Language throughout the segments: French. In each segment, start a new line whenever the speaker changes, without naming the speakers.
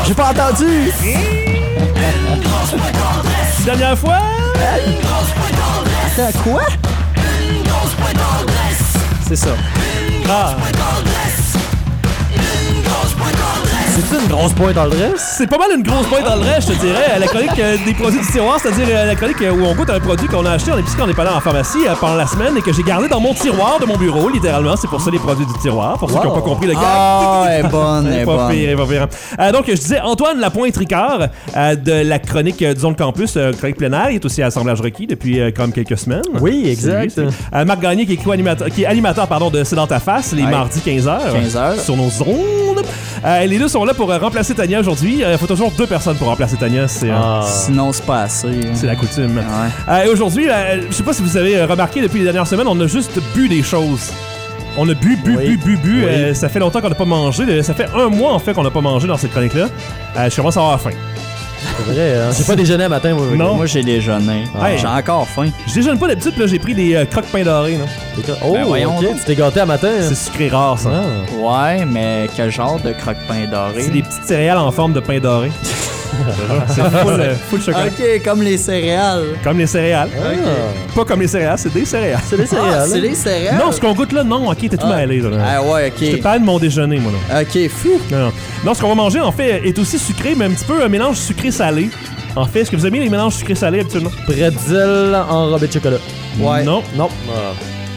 entendu?
Dernière fois!
Attends, quoi?
C'est ça. Ah,
C'est une grosse pointe dans le reste?
c'est pas mal une grosse pointe dans le reste, je te dirais. La chronique euh, des produits du tiroir, c'est-à-dire euh, la chronique euh, où on goûte un produit qu'on a acheté en épicerie quand on est pas allé en pharmacie euh, pendant la semaine et que j'ai gardé dans mon tiroir de mon bureau, littéralement. C'est pour ça les produits du tiroir, pour ceux qui n'ont
Wow.
pas compris le gars.
Ah, elle est bonne, elle est
pas
bonne.
pire, pas pire. Euh, donc, je disais, Antoine Lapointe-Ricard euh, de la chronique euh, du Zone Campus, euh, chronique plein air. Il est aussi à Assemblage requis depuis euh, quand même quelques semaines.
Oui,
C'est
exact.
lui, c'est lui. Euh, Marc Gagné, qui est, co-animateur- qui est animateur pardon, de C'est dans ta face, les
Ouais.
mardis 15h.
15h.
Sur nos ondes. Euh, les deux sont là pour euh, remplacer Tania aujourd'hui. Euh, Il faut toujours deux personnes pour remplacer Tania. C'est euh,
Ah. Sinon, c'est pas assez. hein.
c'est la coutume.
Ouais.
Euh, et aujourd'hui, euh, je sais pas si vous avez euh, remarqué depuis les dernières semaines, on a juste bu des choses. On a bu, bu,
Oui.
bu, bu, bu.
Oui.
Euh, ça fait longtemps qu'on n'a pas mangé. Euh, Ça fait un mois en fait qu'on n'a pas mangé dans cette chronique-là. Euh, je commence à avoir faim.
C'est vrai, hein? J'ai pas déjeuné à matin, moi.
Non.
Moi, j'ai déjeuné.
Hey.
J'ai encore faim.
Je déjeune pas d'habitude, puis là j'ai pris des euh, croques pain doré. là.
Oh,
Ben voyons
ok.
donc.
Tu t'es gâté à matin. hein?
C'est sucré rare ça.
Ah.
Ouais, mais quel genre de croque-pain doré?
C'est des petites céréales en forme de pain doré. c'est full, euh, full chocolat.
Ok, comme les céréales.
Comme les céréales.
Ah.
Pas comme les céréales, c'est des céréales. hein?
C'est des céréales. hein.
Ah, c'est les céréales?
Non, ce qu'on goûte là, non, ok, t'es tout
Ah.
mêlé. là.
Ah ouais,
Je te
ok.
parle de mon déjeuner, moi. Là.
Ok, fou.
Non, non. Non, ce qu'on va manger, en fait, est aussi sucré, mais un petit peu un mélange sucré-salé. En fait, est-ce que vous aimez les mélanges sucré-salé habituellement?
Pretzel enrobé de chocolat.
Ouais.
Non,
Non.
Ah.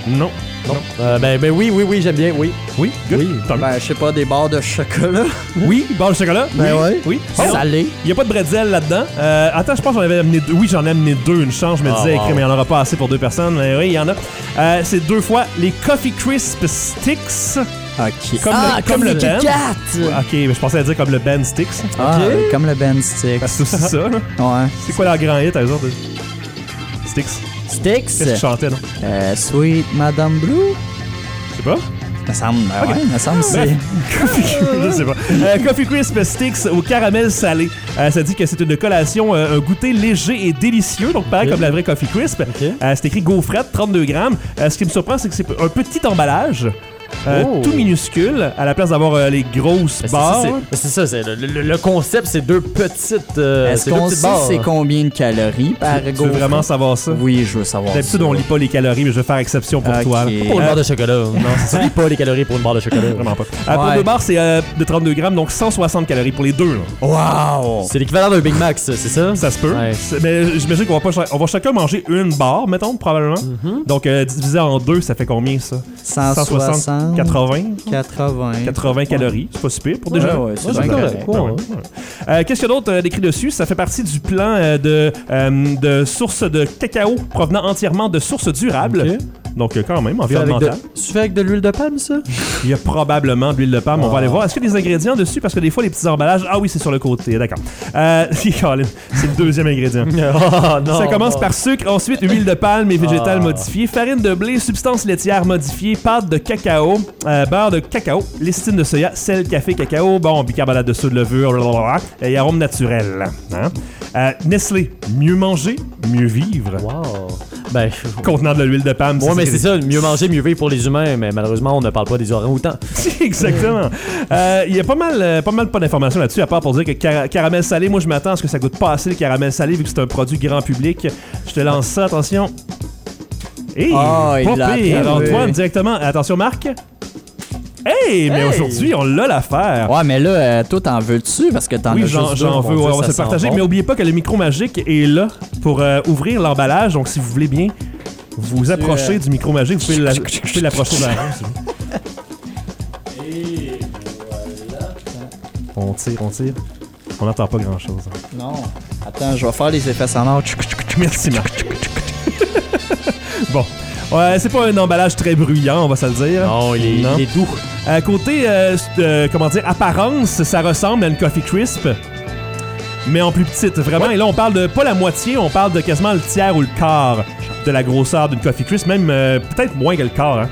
non.
non. Euh, ben, ben oui, oui, oui, j'aime bien, oui.
Oui, good.
Oui.
Tant mieux.
Ben, je sais pas, des barres de chocolat.
oui, barre de chocolat.
Ben
oui.
ouais.
Oui. Sinon,
Salé.
Il n'y a pas de bretzel là-dedans. Euh, attends, je pense que j'en avais amené deux. Oui, j'en ai amené deux, une chance. Je me
Ah,
disais,
wow.
écrit, mais il n'y en aura pas assez pour deux personnes. Mais oui, il y en a. Euh, c'est deux fois les Coffee Crisp Sticks.
Ok.
Comme
ah,
le- comme le
les
Ben.
Kit-Kats.
Ok, mais je pensais à dire comme le Ben Sticks.
Ah,
Ok.
comme le Ben Sticks.
Parce que c'est aussi ça, là.
Ouais.
C'est quoi leur grand hit, à eux autres? Sticks. Qu'est-ce que tu
Sticks.
chantais, non?
Euh, sweet Madame Blue.
Je sais pas.
Me semble, ben ouais, me semble c'est.
Je sais pas. Euh, Coffee Crisp Sticks au caramel salé. Euh, ça dit que c'est une collation, euh, un goûter léger et délicieux, donc pareil
Ok.
comme la vraie Coffee Crisp. Euh, c'est écrit gaufrette, 32 grammes. Euh, ce qui me surprend, c'est que c'est un petit emballage. euh,
Oh.
Tout minuscule, à la place d'avoir euh, les grosses
Ben, c'est ça,
barres.
c'est- ben, C'est ça, c'est le, le- le concept, c'est deux petites. euh,
Est-ce
c'est deux
qu'on
petites
sait
barres.
c'est combien de calories par
Tu veux
gaufre?
vraiment savoir ça?
Oui, je veux savoir.
D'habitude,
ça.
on lit pas les calories, mais je vais faire exception pour
Ok.
toi. Euh,
Pas pour une barre de chocolat. Non, ça lit pas les calories pour une barre de chocolat.
Vraiment pas. Euh, Pour
Ouais.
deux barres, c'est euh, de 32 grammes, donc 160 calories pour les deux. là.
Wow!
C'est l'équivalent d'un Big Mac, ça, c'est ça?
Ça se peut.
Ouais.
C'est- Mais j'imagine qu'on va pas cha- on va chacun manger une barre, mettons, probablement.
Mm-hmm.
Donc euh, divisé en deux, ça fait combien ça
160,
80
80.
80 calories, c'est pas super pour déjà.
Ouais, ouais, c'est
Ouais, c'est
bien
correct.
correct.
Ouais, ouais.
Qu'est-ce que d'autre euh, décrit dessus Ça fait partie du plan euh, de, euh, de sources de cacao provenant entièrement de sources durables.
Ok.
Donc euh, quand même,
Tu fais avec
environnemental.
de- Tu fais avec de l'huile de palme, ça?
Il y a probablement de l'huile de palme. On va
Ah.
aller voir. Est-ce qu'il y a des ingrédients dessus Parce que des fois, les petits emballages. Ah oui, c'est sur le côté. D'accord. Euh, Colin, c'est le deuxième ingrédient.
Ah non.
Ça commence par sucre, ensuite huile de palme et végétales
Ah.
modifiées, farine de blé, substance laitière modifiée, pâte de cacao, euh, beurre de cacao, listine de soya, sel, café, cacao, bon, bicarbonate de soude, levure, blablabla, et arôme naturel. hein. Euh, Nestlé, mieux manger, mieux vivre.
Wow. Ben.
Contenant de l'huile de palme.
Ouais, mais c'est
écrit.
ça, mieux manger, mieux vivre pour les humains, mais malheureusement, on ne parle pas des orang-outans.
Exactement. Euh, Il y a pas mal, euh, pas mal pas d'informations là-dessus, à part pour dire que cara- caramel salé, moi je m'attends à ce que ça goûte pas assez le caramel salé vu que c'est un produit grand public. Je te lance ça, attention. Hey,
Ah, il
pas
l'a
pire.
attrapé.
Antoine, directement. Attention, Marc. Hey, mais
Hey.
aujourd'hui, on l'a l'affaire.
Ouais, mais là, euh, toi, t'en veux-tu? Parce que t'en
Oui,
as
j'en
juste deux,
j'en
mon
veux,
Dieu,
ouais, on va
ça
se le
sent
partager.
bon.
Mais oubliez pas que le micro magique est là pour euh, ouvrir l'emballage. Donc, si vous voulez bien vous approcher du micro magique, vous pouvez la- vous pouvez l'approcher de la main, si vous voulez. On tire, on tire. On n'entend pas grand-chose.
Non. Attends, je vais faire les effets sonores. Tchou, tchou, tchou, tchou.
Merci, Marc. bon. Ouais, c'est pas un emballage très bruyant, on va se le dire.
Non, il est,
Non.
il est doux.
Euh, côté, euh, s- euh, comment dire, apparence, ça ressemble à une Coffee Crisp, mais en plus petite, vraiment. Et là, on parle de pas la moitié, on parle de quasiment le tiers ou le quart de la grosseur d'une Coffee Crisp, même euh, peut-être moins que le quart. Hein.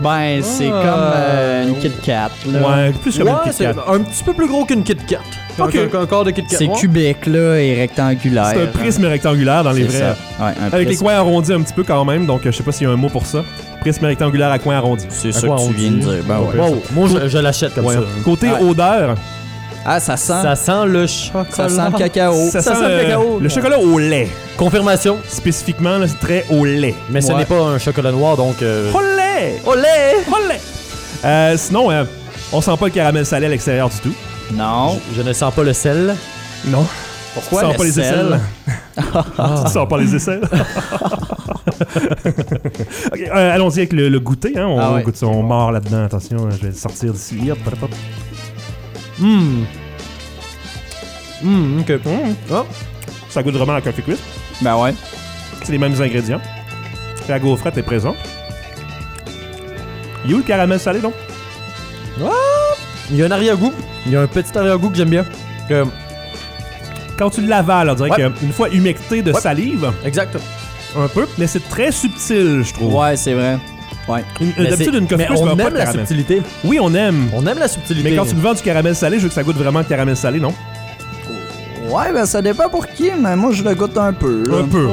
Ben, c'est
Ah.
comme euh, une Kit Kat. là.
Ouais, plus comme une
Ouais,
Kit
c'est
Kat.
un petit peu plus gros qu'une Kit Kat.
Ok.
Un, un- un corps de Kit Kat.
C'est
Ouais.
cubique, là, et rectangulaire.
C'est un prisme rectangulaire dans les
euh, C'est
vrais.
ça. Ouais, un
Avec les
prisme.
coins arrondis un petit peu quand même, donc euh, je sais pas s'il y a un mot pour ça. Prisme rectangulaire à coins arrondis.
C'est
À
ça
quoi
que
on
tu viens de
dit?
dire. Ben ouais.
Wow, moi je, je l'achète comme hein.
Ouais.
ça.
Côté
Ouais.
odeur,
Ah, ça sent. Ça,
Ça sent le chocolat.
Oh. sent le cacao.
Ça,
Ça
sent,
sent le
le,
cacao.
le chocolat au lait.
Confirmation.
Spécifiquement, là, c'est très au lait.
Mais ce
Ouais.
n'est pas un chocolat noir, donc. euh,
Au lait!
Au lait!
Au lait! Euh, sinon, euh, on sent pas le caramel salé à l'extérieur du tout.
Non.
Je ne sens pas le sel.
Non.
Pourquoi
tu sens
le
pas les
sel?
aisselles.
Ah.
tu sens pas les aisselles. Ok, euh, Allons-y avec le, le goûter. Hein. On,
Ah ouais.
goûte ça, on mord là-dedans. Attention, hein, je vais le sortir d'ici. Hop, hop, hop.
Hmm.
Hum. Hum, ok. Hum. Ah. Ça goûte vraiment à Coffee Crisp.
Ben ouais.
C'est les mêmes ingrédients. La gaufrette est présente. Il est où le caramel salé, donc?
Il y a un arrière-goût. Il y a un petit arrière-goût que j'aime bien. Que-
Quand tu l'avales, on dirait
Ouais.
qu'une fois humecté de
Ouais.
salive,
Exact.
un peu, mais c'est très subtil, je trouve.
Ouais, c'est vrai. Ouais.
Une-
Mais
D'habitude,
c'est-
une coffee
Mais
crisp,
on
va pas
aime
de
la
caramel.
subtilité.
Oui, on aime.
On aime la subtilité.
Mais quand tu me vends du caramel salé, je veux que ça goûte vraiment le caramel salé, non?
Ouais, ben ça dépend pour qui, mais moi je le goûte un peu. là.
Oh. Un peu.
Ouais,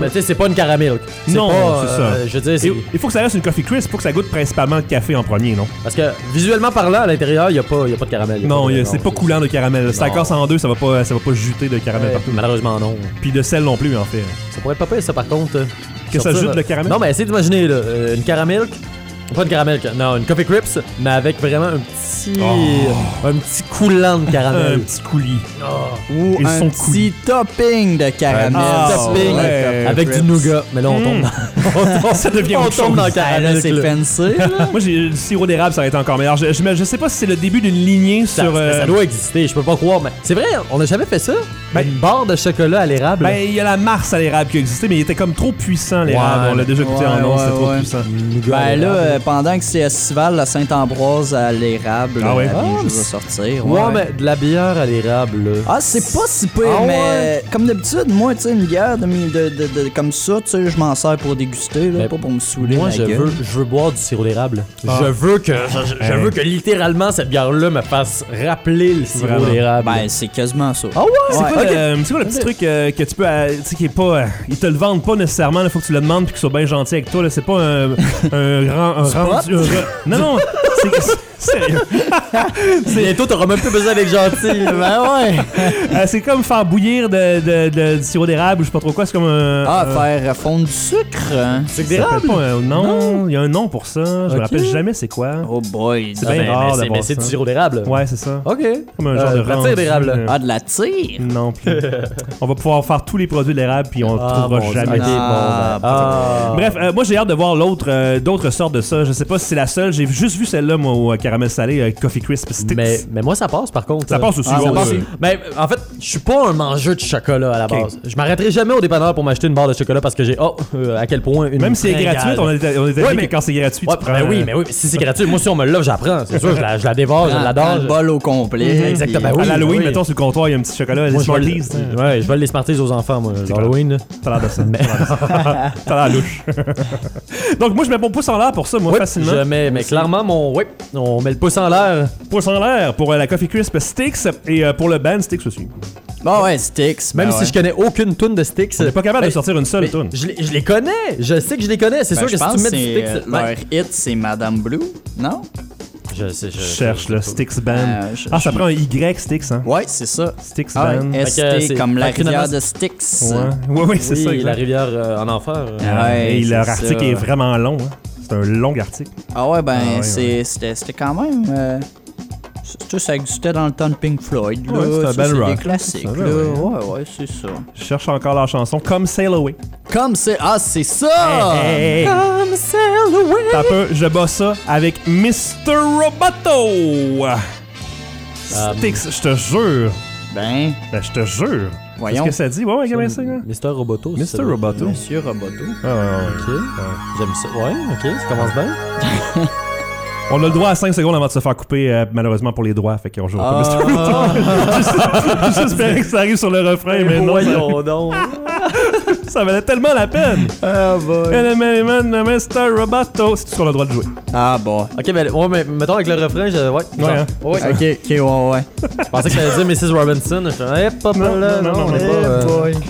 mais tu sais, c'est pas une caramel. C'est
Non,
pas,
c'est
euh,
ça.
Je veux dire,
Et-
c'est-
il faut que ça reste une coffee crisp pour que ça goûte principalement le café en premier, non?
parce que visuellement parlant, à l'intérieur, il n'y a, pas- il y a pas de caramel. il y a
Non,
de-
il y a- c'est pas coulant de caramel. Ça
Non.
casse en deux, ça va pas, ça va pas juter de caramel
Ouais,
partout.
Malheureusement, non.
Puis de sel non plus, en fait.
Ça pourrait être pas pire, ça, par contre. euh,
Que ça
sortir,
ajoute
là.
le caramel?
Non, mais essayez d'imaginer, là, euh, une caramel. Pas une caramel, non, une Coffee Crips, mais avec vraiment un petit.
Oh.
Un petit coulant de
Un
caramel.
petit coulis.
Oh.
Ou
Ils
un
sont
petit topping de caramel.
Ah,
sur
topping
le
ouais.
Coffee
Avec du
Crisp.
nougat. Mais là, on tombe dans.
Hmm.
on tombe-
Ça devient
On
autre
tombe
chose.
dans le
Ah,
caramel.
là, c'est
là.
fancy. là.
Moi, j'ai le sirop d'érable, ça aurait été encore meilleur. Je, je, me- je sais pas si c'est le début d'une lignée
Ça,
sur. euh,
ça doit exister, je peux pas croire, mais c'est vrai, on n'a jamais fait ça.
Ben-
une barre de chocolat à l'érable.
ben, il y a la Mars à l'érable qui a existé, mais il était comme trop puissant, l'érable.
Ouais.
On l'a déjà goûté en
Ouais,
ondes,
ouais,
c'était trop
ouais.
puissant.
nougat à
Ben là,
l'érable.
euh, pendant que c'est estival, la Saint-Ambroise à l'érable,
Ah ouais?
elle vient
Ah,
juste de
mais-
sortir.
ouais,
ouais.
mais de la bière à l'érable. là.
Ah, c'est pas si pire,
Ah
mais
ouais?
comme d'habitude, moi, tu sais, une bière de, mi- de- de- de- comme ça, tu sais, je m'en sers pour déguster, là,
Ben,
pas pour me saouler.
Moi,
la
je
gueule.
veux, je veux boire du sirop d'érable.
Ah. Hein.
Je veux que, je, je- je veux que littéralement cette bière-là me fasse rappeler le sirop
Vraiment.
d'érable.
Ben, c'est quasiment ça.
ah ouais,
C'est
Ouais.
quoi,
Ok.
le, c'est quoi le petit
Ok.
truc euh, que tu peux. euh, tu sais, qui est pas. euh, ils te le vendent pas nécessairement, il faut que tu le demandes puis qu'ils soient bien gentils avec toi. là. C'est pas un. un grand. Un rendu- un re- non, non! c'est- c'est- Sérieux!
Bientôt, t'auras même plus besoin d'être gentil.
Ben ouais!
Euh, c'est comme faire bouillir de, de, de- du sirop d'érable ou je sais pas trop quoi, c'est comme un.
Ah,
un-
faire fondre du sucre! hein?
C'est que
ça s'appelle
d'érable.
pas un- Non, il y a un nom pour ça, je
Ok.
me rappelle jamais c'est quoi.
Oh boy!
C'est
Ah,
bien
ben,
rare
mais c'est-
d'avoir
Mais c'est du
ça.
sirop d'érable.
Ouais, c'est ça.
Ok.
Comme un genre
Euh,
de
de la
rendu,
tire d'érable.
euh,
Ah, de la tire!
Non, puis on va pouvoir faire tous les produits de l'érable, puis on le
Ah,
trouvera
bon,
jamais.
ok, bon,
Ah,
ben, ah.
Bref, euh, moi j'ai hâte de voir l'autre, euh, d'autres sortes de ça. Je sais pas si c'est la seule. J'ai juste vu celle-là, moi, au euh, caramel salé, euh, Coffee Crisp Sticks.
Mais, mais moi, ça passe par contre.
ça passe aussi.
Ah,
gros,
ça passe
euh,
aussi.
Mais en fait, je suis pas un mangeur de chocolat à la
Ok.
base. Je m'arrêterai jamais au dépanneur pour m'acheter une barre de chocolat parce que j'ai oh euh, à quel point une
Même si c'est
fringale.
gratuit, on est on est établi
Ouais, mais-
que quand c'est gratuit,
Ouais,
tu prends.
ben oui,
euh,
mais oui, mais si c'est gratuit, moi si on me l'offre, j'apprends. C'est sûr, je la, je la dévore, je
Prends- prends
l'adore.
Ah, le
je-
bol au complet.
Mhm, exactement,
puis-
oui.
à l'Halloween,
oui.
mettons sur le comptoir, il y a un petit chocolat, des
Moi, je vole-
Smarties. hein.
ouais, je vole les Smarties aux enfants, moi. Halloween.
T'as l'air de ça. T'as l'air de ça. T'as l'air louche. Donc, moi, je mets mon pouce en l'air pour ça, moi,
Oui,
facilement.
je mets, mais clairement, mon. Oui, on met le pouce en l'air.
Pouce en l'air pour euh, la Coffee Crisp Sticks et euh, pour le band Sticks aussi.
Bon, ouais, Sticks.
Même
ben
si
ouais.
je connais aucune toune de Sticks.
On n'est pas capable
mais-
de sortir une seule
mais
tune.
Je, les- je les connais, je sais que je les connais. C'est
Ben,
sûr
je
que si
pense
tu mets
que
du
c'est,
Sticks.
euh,
ben,
leur hit, c'est Madame Blue, non?
je sais, je.
Je cherche, là, Sticks Band.
Euh, je-
ah, ça
je-
prend un Y, Sticks, hein.
Ouais, c'est ça.
Sticks
Ah,
Band.
ouais,
Fait que
ST,
c'est-
comme la
fait que finalement,
rivière de Styx.
Ouais, ouais, ouais, c'est
oui,
ça.
la
exact. Ah.
rivière euh, en enfer. euh,
Ouais,
et
c'est
leur
ça.
article est vraiment long. hein. C'est un long article.
Ah ouais, ben,
Ah ouais,
c'est- C'était, c'était quand même. euh, c'est- ça, ça existait dans le temps de Pink Floyd. Là.
Ouais, c'était un
Ça,
bel
c'est
rock.
des classiques.
Ça,
là.
ben
Ouais, ouais, c'est ça.
Je cherche encore la chanson Comme Sail Away.
Comme c'est. Ah, c'est ça!
Hey, hey, hey.
Come sail away.
T'as peu, je bats ça avec Mr. Roboto.
Euh,
Sticks, je te jure.
Ben,
Ben, je te jure.
Voyons.
Qu'est-ce que ça dit? Ouais, ouais, comment ça? là?
Mister Roboto. c'est
Mr.
ça.
Roboto.
Monsieur Roboto.
Ah, ouais, ouais.
Ok. J'aime ça. Ouais, ok, ça commence bien.
On a le droit à 5 secondes avant de se faire couper, euh, malheureusement, pour les droits. Fait qu'on joue pas Mr.
Ah.
Roboto. J'espérais que ça arrive sur le refrain, mais non, ça-
donc.
ça valait tellement la peine.
Ah, boy.
Element de Mr. Roboto. C'est tout ce qu'on a le droit de jouer.
Ah, bon.
Ok, ben, ouais, mais mettons avec le refrain, je. Ouais, genre,
hein.
ouais.
Ok, ok, ouais, ouais.
Je pensais que t'allais dire Mrs. Robinson. Je fais, hop, hop,
Non,
là,
non, non,
non, on
non,
est pas.
non.
euh,
boy.